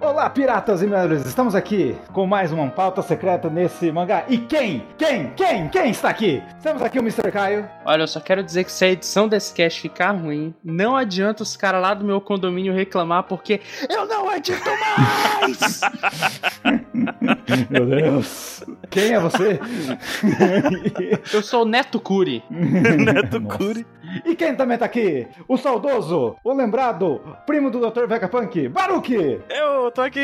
Olá, piratas e melhores, estamos aqui com mais uma pauta secreta nesse mangá. E quem, quem, quem, quem está aqui? Estamos aqui o Mr. Caio. Olha, eu só quero dizer que se a edição desse cast ficar ruim, não adianta os caras lá do meu condomínio reclamar porque eu não edito mais! Meu Deus. Quem é você? eu sou o Neto Curi. Neto Curi. E quem também tá aqui? O saudoso, o lembrado, primo do Dr. Vegapunk, Baruki! Eu tô aqui.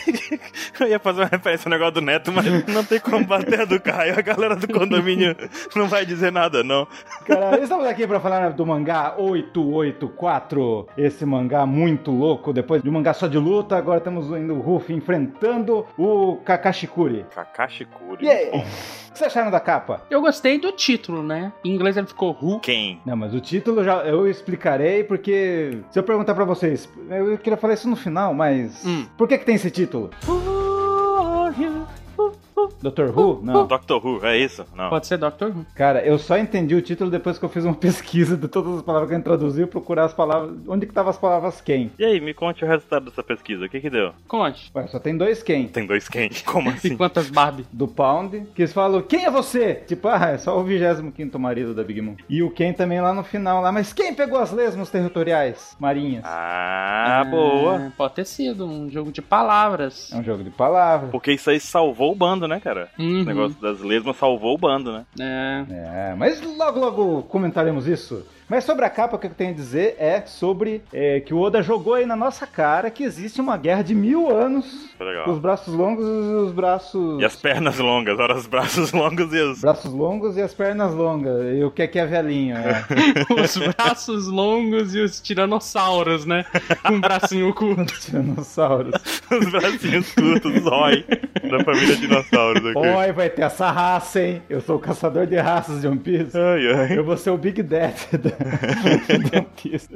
Eu ia fazer uma referência ao negócio do Neto, mas não tem como bater a do Caio. A galera do condomínio não vai dizer nada, não. Cara, estamos aqui pra falar do mangá 884. Esse mangá muito louco. Depois de um mangá só de luta, agora temos ainda o Ruff enfrentando o Kakashikuri. Kakashi Kuri. E aí? O que vocês acharam da capa? Eu gostei do título, né? Em inglês ele ficou Who? Quem? Não, mas o título já eu explicarei, porque se eu perguntar pra vocês, eu queria falar isso no final, mas. Hum. Por que, que tem esse título? Dr. Who? Não. Doctor Who, é isso? Não. Pode ser Doctor Who. Cara, eu só entendi o título depois que eu fiz uma pesquisa de todas as palavras que a gente traduziu, procurar as palavras. Onde que estavam as palavras quem? E aí, me conte o resultado dessa pesquisa. O que que deu? Conte. Ué, só tem dois quem. Tem dois quem? Como E assim? quantas Barbie? Do Pound, que eles falam, quem é você? Tipo, ah, é só o 25 marido da Big Mom. E o Ken também lá no final, lá, mas quem pegou as lesmas territoriais? Marinhas. Ah, boa. Pode ter sido um jogo de palavras. É um jogo de palavras. Porque isso aí salvou o bando, né, cara? Uhum. O negócio das lesmas salvou o bando, né? É. É, mas logo, logo comentaremos isso. Mas sobre a capa, o que eu tenho a dizer é sobre é, que o Oda jogou aí na nossa cara que existe uma guerra de mil anos. Foi Os legal. braços longos e os braços... Tá. E as pernas longas, olha os braços longos e os. Braços longos e as pernas longas. E o que é que é velhinho? É. Os braços longos e os tiranossauros, né? Com um bracinho curto. Dinossauros. Os bracinhos curtos, os Roy, da família dinossauros aqui. Oi, vai ter essa raça, hein? Eu sou o caçador de raças de One Piece. Ai, ai. Eu vou ser o Big Death da, do One Piece.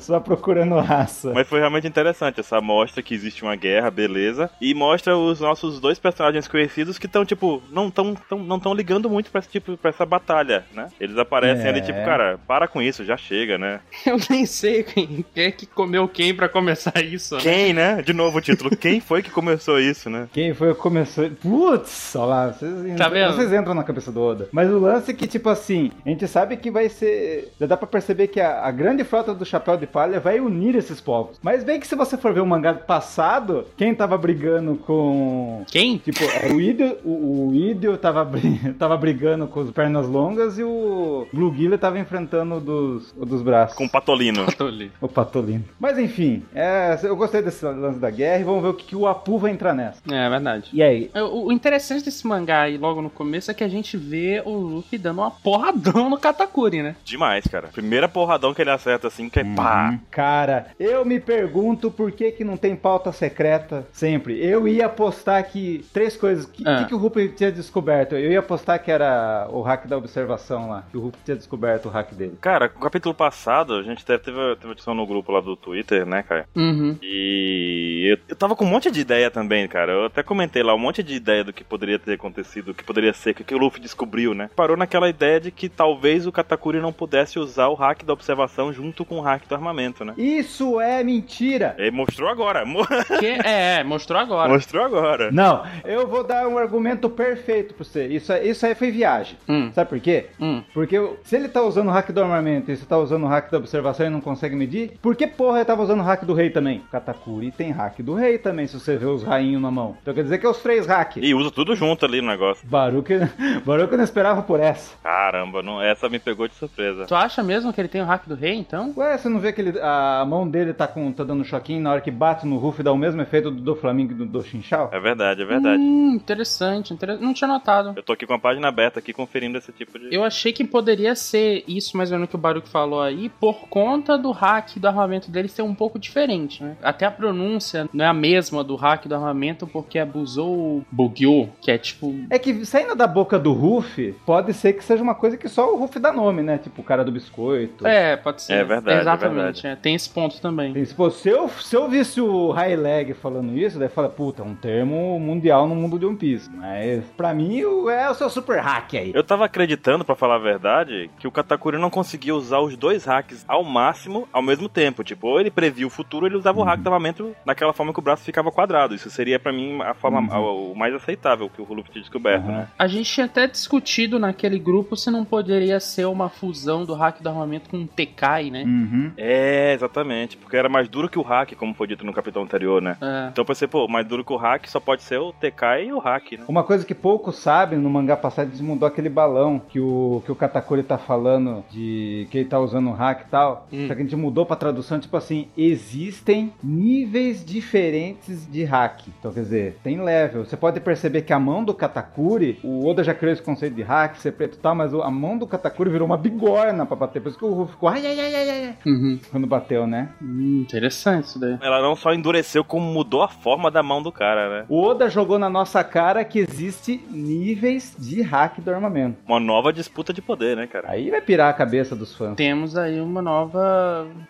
Só procurando raça. Mas foi realmente interessante essa mostra que existe uma guerra, beleza. E mostra os nossos dois personagens conhecidos que estão, tipo, não estão tão, não tão ligando muito pra, esse tipo, pra essa batalha, né? Eles aparecem É. ali, tipo, cara, para com isso, já chega, né? Eu nem sei quem é que comeu quem pra começar isso, né? Quem, né? De novo o título. Quem foi que começou isso, né? Quem foi que começou? Putz, olha lá, vocês, Tá vendo? vocês entram na cabeça do Oda. Mas o lance é que, tipo assim, a gente sabe que vai ser. Já dá pra perceber que a, a grande frota do Chapéu de Palha vai unir esses povos. Mas bem que se você for ver o mangá do passado, quem tava brigando com Quem? Tipo, o Idio, o, o Idio tava, bri- tava brigando com as pernas longas e o Glugila tava enfrentando o dos, o dos braços. Com o Patolino. Tolhi? O Patolino. Mas enfim, é, eu gostei desse lance da guerra e vamos ver o que, que o Apu vai entrar nessa. É verdade. E aí? O o interessante desse mangá aí, logo no começo, é que a gente vê o Luffy dando uma porradão no Katakuri, né? Demais, cara. Primeira porradão que ele acerta assim, que é Uhum. Uhum. pá. Ah, Cara, eu me pergunto por que que não tem pauta secreta sempre. Eu ia apostar que três coisas. O que, Ah. que, que o Rupi tinha descoberto? Eu ia apostar que era o hack da observação lá. Que o Rupi tinha descoberto o hack dele. Cara, no capítulo passado, a gente até teve, teve uma discussão no grupo lá do Twitter, né, cara? Uhum. E eu, eu tava com um monte de ideia também, cara. Eu até comentei lá um monte de ideia do que poderia ter acontecido, o que poderia ser, o que, que o Luffy descobriu, né? Parou naquela ideia de que talvez o Katakuri não pudesse usar o hack da observação junto com o hack do armamento, né? Isso é mentira! Ele mostrou agora, mo- Que, é, é, mostrou agora. mostrou agora. Não, eu vou dar um argumento perfeito pra você. Isso, aí- isso aí foi viagem. Hum, Sabe por quê? hum. Porque eu- se ele tá usando o hack do armamento e você tá usando o hack da observação e não consegue medir, por que porra ele tava usando o hack do rei também? Katakuri tem hack do rei também, se você vê os rainhos na mão. Então quer dizer que é os três hack. E usa tudo junto ali no negócio. Baruque, Baruque não esperava por essa. Caramba, não, essa me pegou de surpresa. Tu acha mesmo que ele tem o hack do rei, então? Ué, você não vê que ele- a mão dele tá, com, tá dando choquinho na hora que bate no Ruff dá o mesmo efeito do, do Flamingo e do, do Xinchao? É verdade, é verdade. Hum, interessante, inter- Não tinha notado. Eu tô aqui com a página aberta aqui conferindo esse tipo de. Eu achei que poderia ser isso mais ou menos que o Baruch falou aí, por conta do hack do armamento dele ser um pouco diferente, né? Até a pronúncia não é a mesma do hack do armamento, porque abusou o Bugyo, que é tipo. É que saindo da boca do Ruff, pode ser que seja uma coisa que só o Ruff dá nome, né? Tipo o cara do biscoito. É, pode ser. É verdade, é Exatamente. verdade. é. Tem esse ponto também. Tem- pô, se, eu, se eu visse o High Leg falando isso, daí fala, puta, um termo mundial no mundo de One Piece. Mas pra mim o- é o seu super hack aí. Eu tava acreditando, pra falar a verdade, que o Katakuri não conseguia usar os dois hacks ao máximo ao mesmo tempo. Tipo, ou ele previa o futuro, ele usava o hack do armamento naquela forma que o braço ficava quadrado. Isso seria pra mim a forma Uhum. a- o mais aceitável que o Luffy tinha descoberto, Aham. né? A gente tinha até discutido naquele grupo se não poderia ser uma fusão do hack do armamento com o Tekai, né? Uhum. É, exatamente, porque era mais duro que o hack, como foi dito no capítulo anterior, né? É. Então eu pensei, pô, mais duro que o hack só pode ser o TK e o hack, né? Uma coisa que poucos sabem no mangá passado, eles mudou aquele balão que o, que o Katakuri tá falando de que ele tá usando o hack e tal. Hum. Só que a gente mudou pra tradução, tipo assim, existem níveis diferentes de hack. Então, quer dizer, tem level. Você pode perceber que a mão do Katakuri, o Oda já criou esse conceito de hack, ser preto e tal, mas o- a mão do Katakuri virou uma bigorna pra bater. Por isso que o Ruff ficou ai, ai, ai, ai, ai, Uhum. quando bateu, né? Hum, interessante isso daí. Ela não só endureceu, como mudou a forma da mão do cara, né? O Oda jogou na nossa cara que existe níveis de hack do armamento. Uma nova disputa de poder, né, cara? Aí vai pirar a cabeça dos fãs. Temos aí uma nova.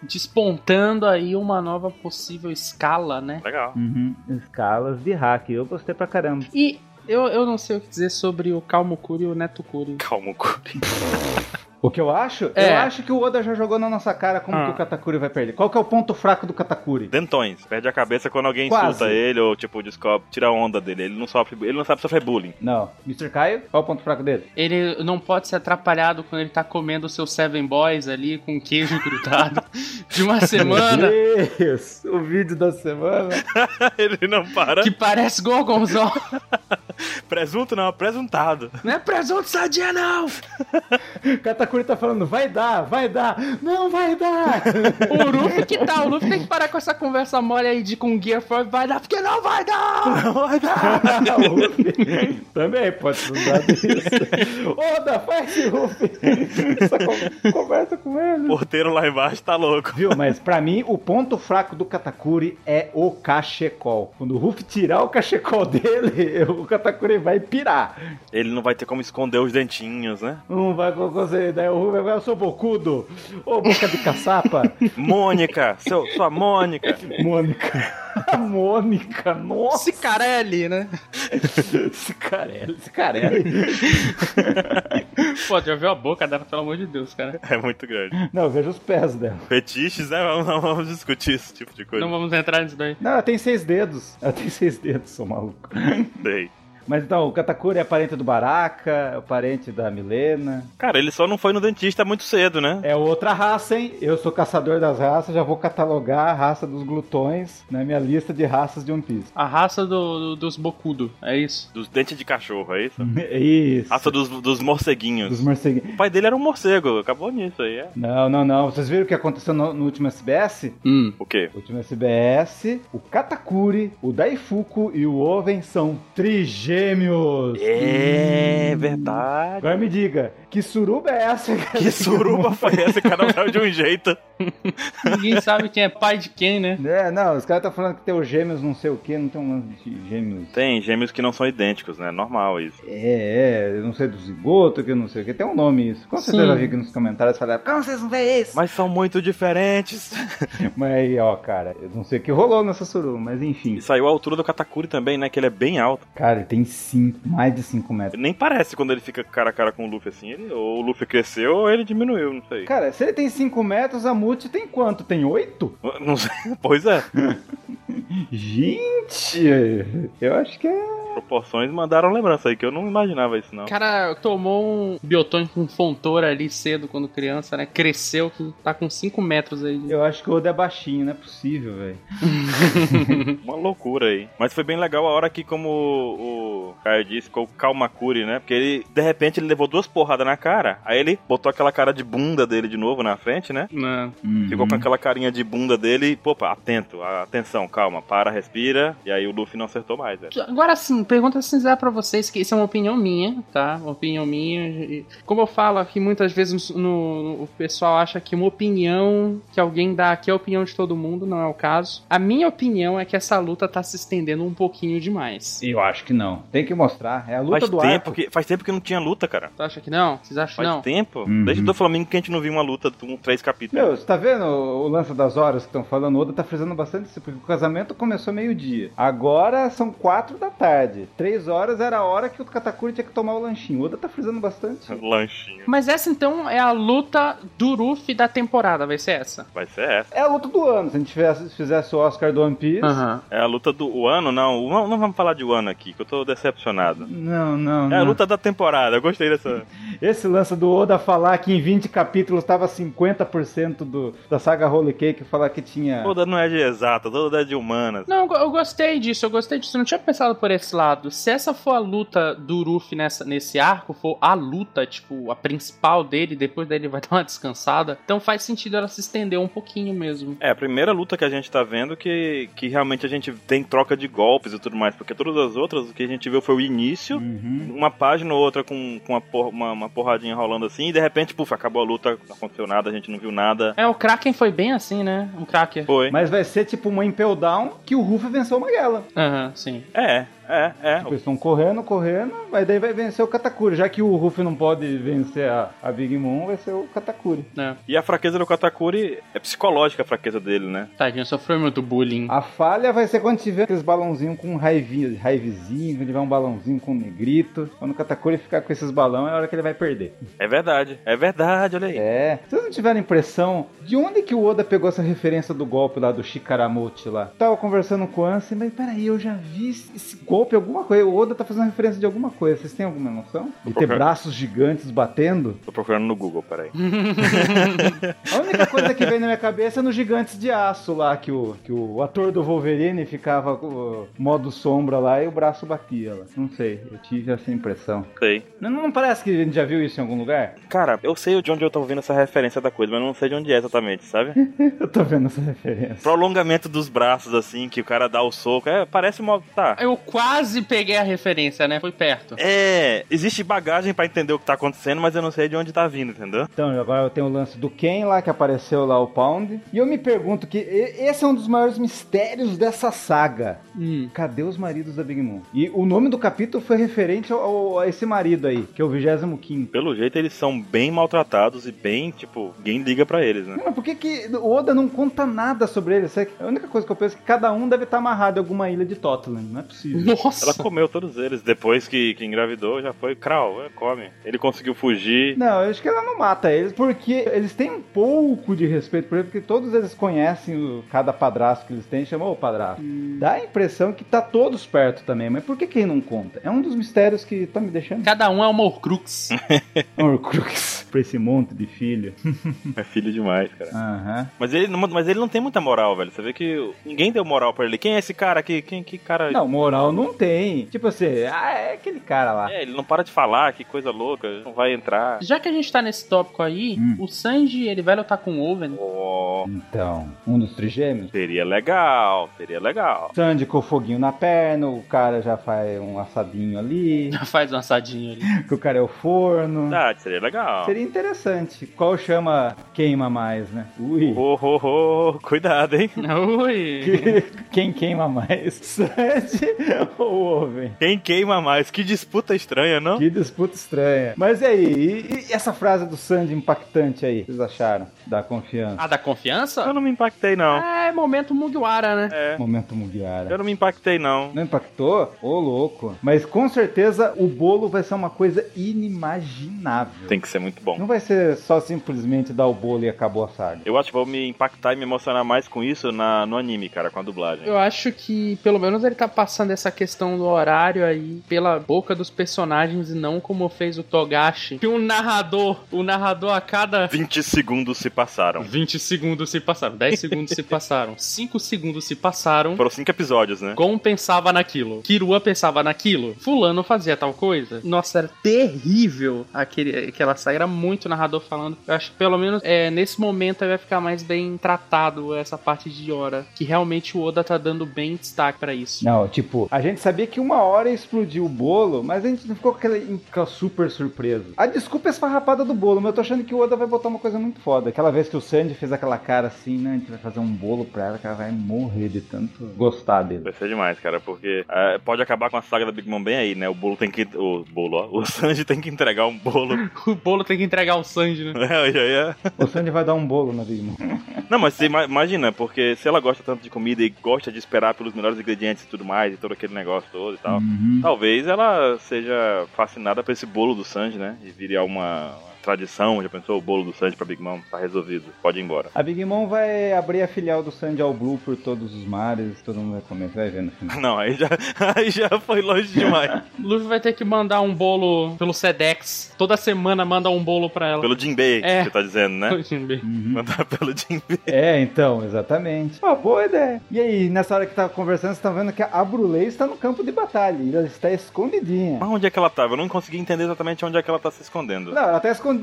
despontando aí uma nova possível escala, né? Legal. Uhum. Escalas de hack. Eu gostei pra caramba. E eu, eu não sei o que dizer sobre o Calmo Curi e o Neto Curi. Calma, Curi. O que eu acho? É. Eu acho que o Oda já jogou na nossa cara como Ah. que o Katakuri vai perder. Qual que é o ponto fraco do Katakuri? Dentões. Perde a cabeça quando alguém Quase. insulta ele ou, tipo, descobre, tira a onda dele. Ele não, sofre, ele não sabe sofrer bullying. Não. Mr. Caio, qual é o ponto fraco dele? Ele não pode ser atrapalhado quando ele tá comendo seus Seven Boys ali com queijo grudado de uma semana Deus, o vídeo da semana. ele não para. que parece gorgonzola. Presunto não, presuntado. Não é presunto sadia, não! O Katakuri tá falando, vai dar, vai dar, não vai dar. O Luffy que tá, o Luffy tem que parar com essa conversa mole aí de com Gear 4 vai dar, porque não vai dar! O Luffy Também pode usar disso. Oda, faz de Luffy. Só con- conversa com ele. O porteiro lá embaixo tá louco. Viu? Mas pra mim, o ponto fraco do Katakuri é o cachecol. Quando o Ruff tirar o cachecol dele, o Katakuri vai pirar. Ele não vai ter como esconder os dentinhos, né? Não vai conseguir. Daí o Ruff vai falar, eu sou bocudo. Ô, boca de caçapa. Mônica, seu, sua Mônica. Mônica. A Mônica, nossa. é, Cicarelli, né? Cicarelli, Cicarelli. Pô, já viu a boca dela, pelo amor de Deus, cara. É muito grande. Não, veja os pés dela. Fetiches, né? Vamos, não vamos discutir esse tipo de coisa. Não vamos entrar nisso daí. Não, ela tem seis dedos. Ela tem seis dedos, sou maluco. Sei. Mas então, o Katakuri é parente do Baraka, é o parente da Milena. Cara, ele só não foi no dentista muito cedo, né? É outra raça, hein? Eu sou caçador das raças, já vou catalogar a raça dos glutões na minha lista de raças de One Piece. A raça do- do- dos Bocudo, é isso? Dos dentes de cachorro, é isso? É Isso. Raça dos, dos morceguinhos. Dos morceguinhos. O pai dele era um morcego, acabou nisso aí, é. Não, não, não. Vocês viram o que aconteceu no, no último SBS? Hum. O quê? O último SBS, o Katakuri, o Daifuku e o Oven são trigêmeos. É Hum. verdade. Agora me diga, que suruba é essa? cara? Que suruba foi essa? Cada um saiu de um jeito. Ninguém sabe quem é pai de quem, né? É, não, os caras estão falando que tem os gêmeos não sei o que, não tem um lance de gêmeos. Tem gêmeos que não são idênticos, né? Normal isso. É, é, eu não sei do zigoto, que eu não sei o que. Tem um nome isso. Com Sim. certeza eu vi aqui nos comentários falaram, como vocês não veem isso? Mas são muito diferentes. Mas aí, ó, cara, eu não sei o que rolou nessa suruba, mas enfim. E saiu a altura do Katakuri também, né? Que ele é bem alto. Cara, ele tem cinco, mais de 5 metros. Nem parece quando ele fica cara a cara com o Luffy assim. Ele, ou o Luffy cresceu ou ele diminuiu, não sei. Cara, se ele tem 5 metros, a Multi tem quanto? Tem 8? Não sei. Pois é. Gente, eu acho que é. Proporções mandaram lembrança aí, que eu não imaginava isso, não. O cara tomou um biotônico com fontora ali cedo quando criança, né? Cresceu, que tá com 5 metros aí. Eu acho que o Oda é baixinho, não é possível, velho. Uma loucura aí. Mas foi bem legal a hora que, como o o Caio disse, ficou o Kalmakuri, né? Porque ele, de repente, ele levou duas porradas na cara. Aí ele botou aquela cara de bunda dele de novo na frente, né? Não. Hum. Ficou com aquela carinha de bunda dele e, pô, pá, atento, a- atenção, calma, para, respira. E aí o Luffy não acertou mais, velho. Agora sim, pergunta sincera pra vocês, que isso é uma opinião minha, tá? Uma opinião minha. e- Como eu falo aqui muitas vezes, no- no- o pessoal acha que uma opinião que alguém dá aqui é a opinião de todo mundo, não é o caso. A minha opinião é que essa luta tá se estendendo um pouquinho demais. Eu acho que não. Tem que mostrar. É a luta Faz do tempo, arco. que, faz tempo que não tinha luta, cara. Tu acha que não? Vocês acham Faz que não? tempo? Uhum. Desde o do Flamengo que a gente não viu uma luta de um, três capítulos. Meu, você tá vendo o lance das horas que estão falando? O Oda tá frisando bastante isso, porque o casamento começou meio-dia. Agora são quatro da tarde. Três horas era a hora que o Katakuri tinha que tomar o lanchinho. O Oda tá frisando bastante. Lanchinho. Mas essa então é a luta do Ruffy da temporada, vai ser essa? Vai ser essa. É a luta do ano. Se a gente tivesse- fizesse o Oscar do One Piece. Aham. É a luta do o ano, não. o- Não vamos falar de o ano aqui, que eu tô decepcionado. Não, não, É a não. luta da temporada, eu gostei dessa. Esse lance do Oda falar que em 20 capítulos tava 50% do, da saga Holy Cake falar que tinha. Toda não é de exata, toda é de humanas. Não, eu go- eu gostei disso, eu gostei disso. Eu não tinha pensado por esse lado. Se essa for a luta do Ruffy nessa, nesse arco, for a luta, tipo, a principal dele, depois dele vai dar uma descansada, então faz sentido ela se estender um pouquinho mesmo. É, a primeira luta que a gente tá vendo que, que realmente a gente tem troca de golpes e tudo mais, porque todas as outras o que a gente viu foi o início, Uhum. uma página ou outra com, com uma, por- uma, uma porradinha rolando assim, e de repente, puf, acabou a luta, não aconteceu nada, a gente não viu nada. É, o Kraken foi bem assim, né? O Kraken. Foi. Mas vai ser tipo uma Impel Down que o Ruff venceu o Magela. Aham, sim. É, é, é. Tipo, eles estão correndo, correndo, mas daí vai vencer o Katakuri. Já que o Ruff não pode vencer a, a Big Mom, vai ser o Katakuri. né? E a fraqueza do Katakuri é psicológica a fraqueza dele, né? Tadinho, sofreu muito bullying. A falha vai ser quando tiver aqueles balãozinhos com raivinha, raivezinho, quando tiver um balãozinho com negrito. Quando o Katakuri ficar com esses balão, é a hora que ele vai perder. É verdade, é verdade, olha aí. É. Vocês não tiveram impressão de onde que o Oda pegou essa referência do golpe lá do Shikaramuchi lá? Tava conversando com o Ansem, mas peraí, eu já vi esse esse golpe, alguma coisa. O Oda tá fazendo referência de alguma coisa. Vocês têm alguma noção? De ter procurando. braços gigantes batendo? Tô procurando no Google, peraí. A única coisa que vem na minha cabeça é no Gigantes de Aço lá, que o, que o ator do Wolverine ficava com o modo sombra lá e o braço batia lá. Não sei, eu tive essa impressão. Sei. Não, não parece que a gente já viu isso em algum lugar? Cara, eu sei de onde eu tô vendo essa referência da coisa, mas eu não sei de onde é exatamente, sabe? Eu tô vendo essa referência. Prolongamento dos braços, assim, que o cara dá o soco. É, parece uma. Tá. Eu quase peguei a referência, né? Foi perto. É, existe bagagem pra entender o que tá acontecendo, mas eu não sei de onde tá vindo, entendeu? Então, agora eu tenho o lance do Ken lá, que apareceu lá o Pound. E eu me pergunto que e- esse é um dos maiores mistérios dessa saga. Hum. Cadê os maridos da Big Mom? E o nome do capítulo foi referente ao- ao- a esse marido aí, que é o 25 Pelo jeito, eles são bem maltratados e bem, tipo, ninguém liga pra eles, né? Não, mas por que, que o Oda não conta nada sobre ele? Sabe? A única coisa que eu penso é que cada um deve estar amarrado em alguma ilha de Totland. Não é possível. Ela Nossa! comeu todos eles. Depois que, que engravidou, já foi. Krau, é, come. Ele conseguiu fugir. Não, eu acho que ela não mata eles, porque eles têm um pouco de respeito por ele, porque todos eles conhecem o- cada padrasto que eles têm, chamou o padrasto. Dá a impressão que tá todos perto também, mas por que quem não conta? É um dos mistérios que tá me deixando Cada um é uma Horcrux. Horcrux pra esse monte de filho. É filho demais, cara. Aham. Mas ele, não- mas ele não tem muita moral, velho. Você vê que ninguém deu moral pra ele. Quem é esse cara aqui? Quem que cara. Não, moral não tem. Tipo assim, ah, é aquele cara lá. É, ele não para de falar, que coisa louca, não vai entrar. Já que a gente tá nesse tópico aí, Hum. o Sanji, ele vai lutar com o Oven. Oh, Então, um dos trigêmeos? seria legal, seria legal. Sandy com o foguinho na perna, o cara já faz um assadinho ali, Já faz um assadinho ali. que o cara é o forno. Verdade, seria legal. Seria interessante. Qual chama queima mais, né? Ui. Oh, oh, oh, cuidado, hein? Ui! Quem queima mais? Sandy ou Oven? Quem queima mais? Que disputa estranha, não? Que disputa estranha. Mas e aí, e, e essa frase do Sandy impactante aí? O que vocês acharam? Da confiança. Ah, da confiança? Eu não me impactei, Ah. não. É, momento Mugiwara, né? É, Momento Mugiara. eu não me impactei, não. Não impactou? Ô, louco. Mas com certeza o bolo vai ser uma coisa inimaginável. Tem que ser muito bom. Não vai ser só simplesmente dar o bolo e acabou a saga. Eu acho que vou me impactar e me emocionar mais com isso na, no anime, cara, com a dublagem. Eu acho que, pelo menos, ele tá passando essa questão do horário aí pela boca dos personagens e não como fez o Togashi. Que um narrador, o narrador a cada 20 segundos se passaram. 20 segundos se passaram, 10 segundos se passaram, 5 segundos se passaram. Foram cinco episódios, né? Gon pensava naquilo, Kirua pensava naquilo, Fulano fazia tal coisa. Nossa, era terrível aquele, aquela saga, era muito narrador falando. Eu acho que pelo menos é, nesse momento aí vai ficar mais bem tratado essa parte de hora, que realmente o Oda tá dando bem destaque pra isso. Não, tipo, a gente sabia que uma hora explodiu o bolo, mas a gente não ficou com aquela, com aquela super surpresa. A desculpa é esfarrapada do bolo, mas eu tô achando que o Oda vai botar uma coisa muito foda. Aquela vez que o Sandy fez aquela cara assim, né? A gente vai fazer um bolo pra ela que ela vai morrer de tanto gostar dele. Vai ser demais, cara, porque ah, pode acabar com a saga da Big Mom bem aí, né? O bolo tem que. O bolo, ó. O Sanji tem que entregar um bolo. O bolo tem que entregar o Sanji, né? É, eu já ia- O Sandy vai dar um bolo na Big Mom. Não, mas você ima- imagina, porque se ela gosta tanto de comida e gosta de esperar pelos melhores ingredientes e tudo mais, e todo aquele negócio todo e tal, Uhum. talvez ela seja fascinada por esse bolo do Sanji, né? E viria uma, uma tradição, já pensou? O bolo do Sanji pra Big Mom tá resolvido, pode ir embora. A Big Mom vai abrir a filial do Sandy ao Blue por todos os mares, todo mundo vai comer, vai ver no final. Não, aí já, aí já foi longe demais. Luffy vai ter que mandar um bolo pelo Sedex. Toda semana manda um bolo pra ela. Pelo Jinbei, que É. você tá dizendo, né? Jinbei. Uhum. Mandar pelo Jinbei. É, então, exatamente. Uma boa ideia. E aí, nessa hora que tá conversando, vocês estão vendo que a Brulé está no campo de batalha. E ela está escondidinha. Mas onde é que ela tava? Eu não consegui entender exatamente onde é que ela tá se escondendo. Não, ela tá escondidinha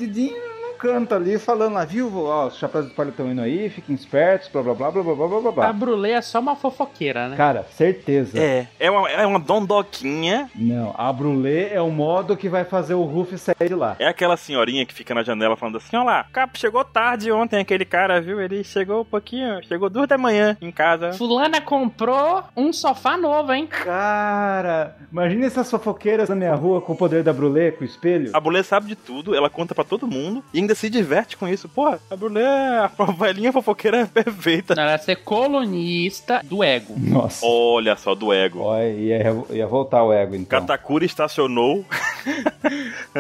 num canto ali, falando lá, viu? Ó, os chapéus do palha estão indo aí, fiquem espertos, blá blá blá blá blá blá blá blá. A blá. Brulé é só uma fofoqueira, né? Cara, certeza. Tá É, é uma, é uma dondoquinha Não, a Brulé é o modo que vai fazer o Ruff sair de lá. É aquela senhorinha que fica na janela falando assim: Olha lá, Cap, chegou tarde ontem aquele cara, viu? Ele chegou um pouquinho, chegou duas da manhã em casa. Fulana comprou um sofá novo, hein? Cara, imagina essas fofoqueiras na minha rua com o poder da Brulé, com o espelho. A Brulé sabe de tudo, ela conta pra todo mundo e ainda se diverte com isso. Porra, a Brulé, a velhinha fofoqueira é perfeita. Ela vai ser colunista do ego. Nossa. Olha só, do ego. Ó, ia, ia voltar o ego, então. Katakuri estacionou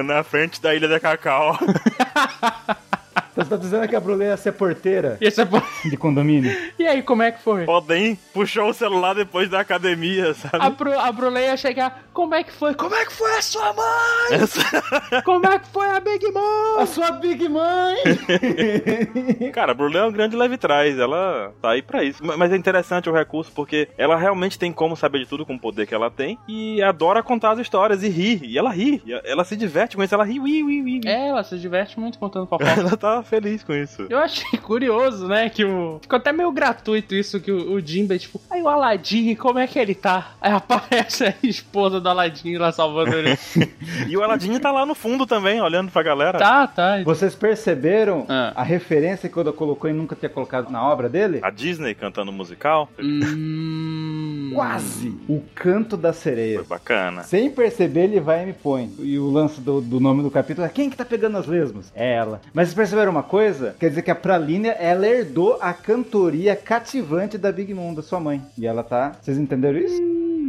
na frente da Ilha da Cacau. Então Você tá dizendo que a Brulé ia ser porteira E, essa- de condomínio? e aí, como é que foi? Podem puxou o celular depois da academia, A, sabe? Bru, a Brulé ia chegar, como é que foi? Como é que foi a sua mãe? Como é que foi a Big Mom? A sua Big Mãe! Cara, a Brulé é um grande leve trás, ela tá aí pra isso. Ma- Mas é interessante o recurso porque ela realmente tem como saber de tudo com o poder que ela tem e adora contar as histórias e rir. E ela ri, e a- ela se diverte com isso, ela ri, ui, ui, ui. ui. É, ela se diverte muito contando fofoca. Ela tá feliz com isso. Eu achei curioso, né, que o... Ficou até meio gratuito isso, que o, o Jimbe, tipo... Aí o Aladdin, como é que ele tá? Aí aparece a esposa do Aladdin lá salvando ele. E o Aladdin tá lá no fundo também, olhando pra galera. tá, tá. Vocês perceberam Ah. a referência que o Oda colocou e nunca tinha colocado na obra dele? A Disney cantando musical. Hum... Quase! O Canto da Sereia. Foi bacana. Sem perceber, ele vai e me põe. E o lance do, do nome do capítulo é quem que tá pegando as lesmas? É ela. Mas vocês perceberam uma coisa? Quer dizer que a Pralínia, ela herdou a cantoria cativante da Big Mom, da sua mãe. E ela tá... Vocês entenderam isso?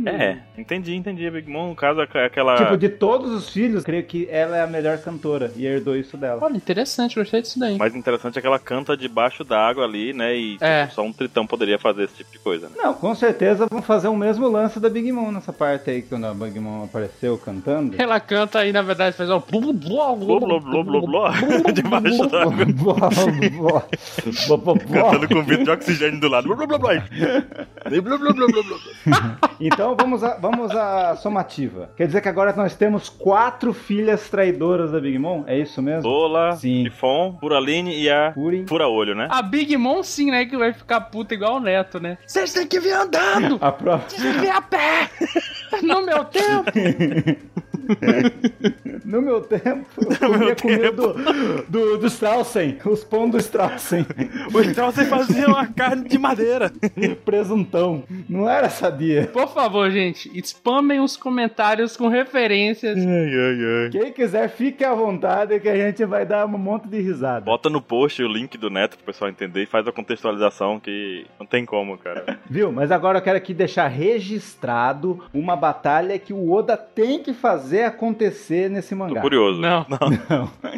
É, entendi, entendi. A Big Mom, no caso, é aquela. Tipo, de todos os filhos, creio que ela é a melhor cantora. E herdou isso dela. Olha, interessante, gostei disso daí. Mais interessante é que ela canta debaixo d'água ali, né? E tipo, É. só um tritão poderia fazer esse tipo de coisa, né? Não, com certeza vão fazer o mesmo lance da Big Mom nessa parte aí, quando a Big Mom apareceu cantando. É Ela canta aí, na verdade, faz um... blu, blu, Blô, blu, blô, blô, blô, blô. Debaixo d'água. Cantando com o vidro de oxigênio do lado. Blá, blá, blá, blá. Blá, blá, blá, blá, blá. Então vamos à vamos à somativa. Quer dizer que agora nós temos quatro filhas traidoras da Big Mom? É isso mesmo? Lola, Sim. Tifon, Puraline e a Purim. Fura-olho, né? A Big Mom sim, né, que vai ficar puta igual o Neto, né? Vocês têm que vir andando! A prova. Vocês têm que vir a pé! No meu tempo! No meu tempo, eu comia comida do, do, do Straussen, os pão do Straussen, Então você fazia uma carne de madeira. presuntão. Não era sadia. Por favor, gente, spamem os comentários com referências. Ai, ai, ai. Quem quiser, fique à vontade que a gente vai dar um monte de risada. Bota no post o link do Neto pro pessoal entender e faz a contextualização que não tem como, cara. Viu? Mas agora eu quero aqui deixar registrado uma batalha que o Oda tem que fazer acontecer nesse Tô mangá. curioso. Não.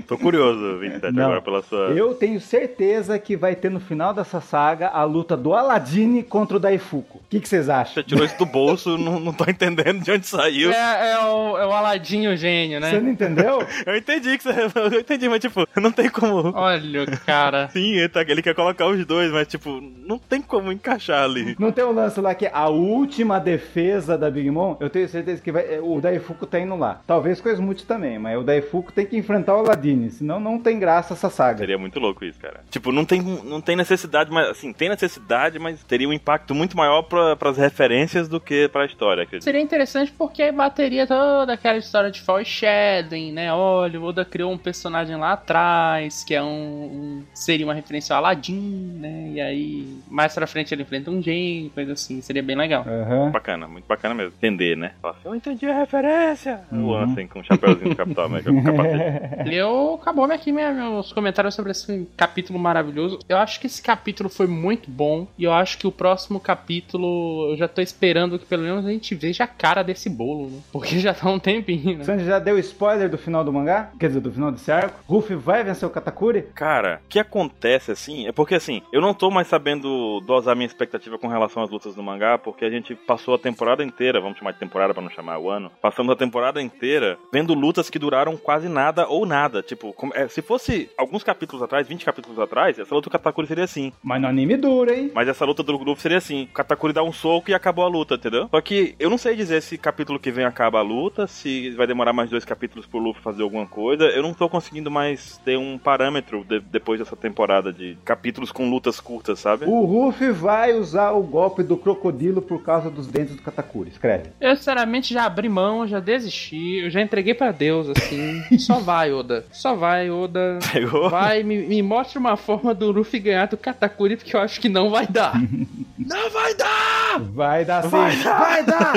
Tô curioso, 27, Não. agora pela sua... Eu tenho certeza que vai ter no final dessa saga a luta do Aladine contra o Daifuku. O que que vocês acham? Você tirou isso do bolso, não, não tô entendendo de onde saiu. É, é o, é o Aladinho gênio, Você né? não entendeu? Eu entendi que você... Eu entendi, mas tipo, não tem como... Olha, o cara. Sim, ele tá- ele quer colocar os dois, mas tipo, não tem como encaixar ali. Não tem um lance lá que é a última defesa da Big Mom? Eu tenho certeza que vai- é, o Daifuku tá indo lá. Talvez com o Smooth também. também, mas o Daifuku tem que enfrentar o Aladine, senão não tem graça essa saga. Seria muito louco isso, cara. Tipo, não tem, não tem necessidade, mas assim, tem necessidade, mas teria um impacto muito maior pra, pras referências do que pra história, acredito. Seria interessante porque aí bateria toda aquela história de Fall Shadow, né? Olha, o Oda criou um personagem lá atrás, que é um. um- seria uma referência ao Aladdin, né? E aí, mais pra frente ele enfrenta um gen, coisa assim, seria bem legal. Aham. Bacana, muito bacana mesmo. Entender, né? Fala assim, Eu entendi a referência. Uhum. O Ansem com o chapéuzinho do Capitão América, com o capacete. Eu acabou aqui minha- meus comentários sobre esse capítulo maravilhoso. Eu acho que esse capítulo foi muito bom e eu acho que o próximo capítulo eu já tô esperando que pelo menos a gente veja a cara desse bolo, né? Porque já tá um tempinho, né? Sanji já deu spoiler do final do mangá, quer dizer, do final desse arco. Ruffy vai vencer o Katakuri? Cara, o que acontece assim é porque assim, eu não tô mais sabendo dosar minha expectativa com relação às lutas do mangá, porque a gente passou a temporada inteira, vamos chamar de temporada pra não chamar o ano, passamos a temporada inteira vendo lutas que duraram quase nada ou nada. Tipo, como- é, se fosse alguns capítulos atrás, 20 capítulos atrás, essa luta do Katakuri seria assim. Mas no anime dura, hein? Mas essa luta do grupo seria assim: o Katakuri dá um soco e acabou a luta, entendeu? Só que eu não sei dizer se capítulo que vem acaba a luta, se vai demorar mais dois capítulos pro Luffy fazer alguma coisa. Eu não tô conseguindo mais ter um parâmetro de- depois dessa temporada de capítulos com lutas curtas, sabe? O Ruffy vai usar o golpe do crocodilo por causa dos dentes do Katakuri. Escreve. Eu sinceramente já abri mão, já desisti, eu já entreguei pra Deus, assim. Só vai, Oda. Só vai, Oda. Pegou? Vai, me, me mostre uma forma do Luffy ganhar do Katakuri, porque eu acho que não vai dar. Não vai dar! Ah, Vai dar sim! Vai dar! Vai dar!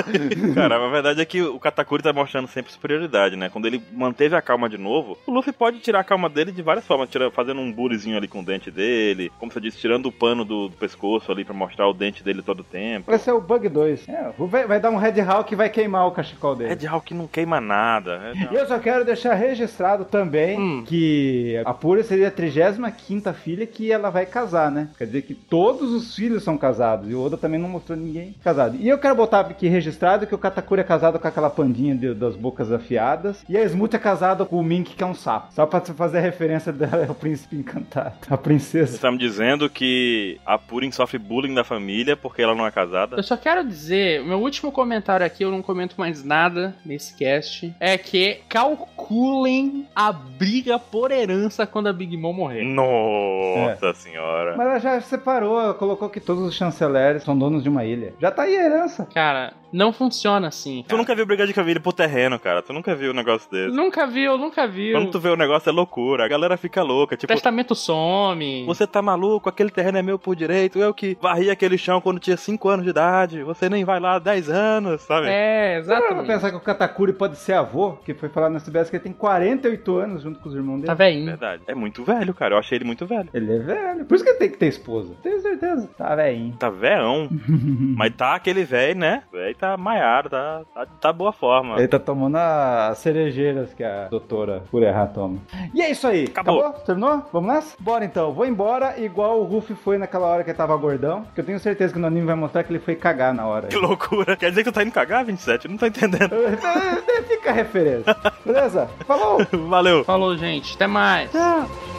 Cara, a verdade é que o Katakuri tá mostrando sempre superioridade, né? Quando ele manteve a calma de novo, o Luffy pode tirar a calma dele de várias formas, tira, fazendo um bulizinho ali com o dente dele, como você disse, tirando o pano do pescoço ali pra mostrar o dente dele todo o tempo. Vai ser o Bug 2. É, o Ruffy vai, vai dar um Red Hawk e vai queimar o cachecol dele. Red Hawk não queima nada. é Red Hawk. E eu só quero deixar registrado também Hum. que a Pura seria a 35 filha que ela vai casar, né? Quer dizer que todos os filhos são casados. E o Oda também não mostrou ninguém casado. E eu quero botar aqui registrado que o Katakuri é casado com aquela pandinha de- das bocas afiadas. E a Smooth é casada com o Mink, que é um sapo. Só pra fazer a referência dela ao príncipe encantado. A Você princesa. tá me dizendo que a Purin sofre bullying da família porque ela não é casada? Eu só quero dizer, meu último comentário aqui, eu não comento mais nada nesse cast, é que calculem a briga por herança quando a Big Mom morrer. Nossa senhora. Mas ela já separou, ela colocou que todos os chanceleres são donos de uma ilha. Já tá aí a herança. Cara, não funciona assim. Tu nunca viu brigar de família por terreno, cara. Tu nunca viu um negócio desse. Nunca viu, nunca viu. Quando tu vê o negócio é loucura, a galera fica louca, tipo. Testamento some. Você tá maluco? Aquele terreno é meu por direito. Eu que varri aquele chão quando tinha 5 anos de idade. Você nem vai lá há 10 anos, sabe? É, Dá pra exatamente. pensar que o Katakuri pode ser avô, que foi falar no SBS que ele tem 48 anos junto com os irmãos Tá dele. velhinho. Verdade. É muito velho, cara. Eu achei ele muito velho. Ele é velho. Por isso que ele tem que ter esposa. Tenho certeza. Tá velhinho. Tá véão. Mas tá aquele velho, né? Velho tá maiado, tá, tá, tá boa forma. Ele tá tomando as cerejeiras que a doutora Cureha toma. E é isso aí. Acabou. Terminou? Vamos nessa? Bora então. Vou embora igual o Ruff foi naquela hora que ele tava gordão. Que eu tenho certeza que o Noninho vai mostrar que ele foi cagar na hora. Que loucura. Quer dizer que tu tá indo cagar, 27? Eu Não tô entendendo. Fica a referência. Beleza? Falou! Valeu. Falou, gente. Até mais. Tchau!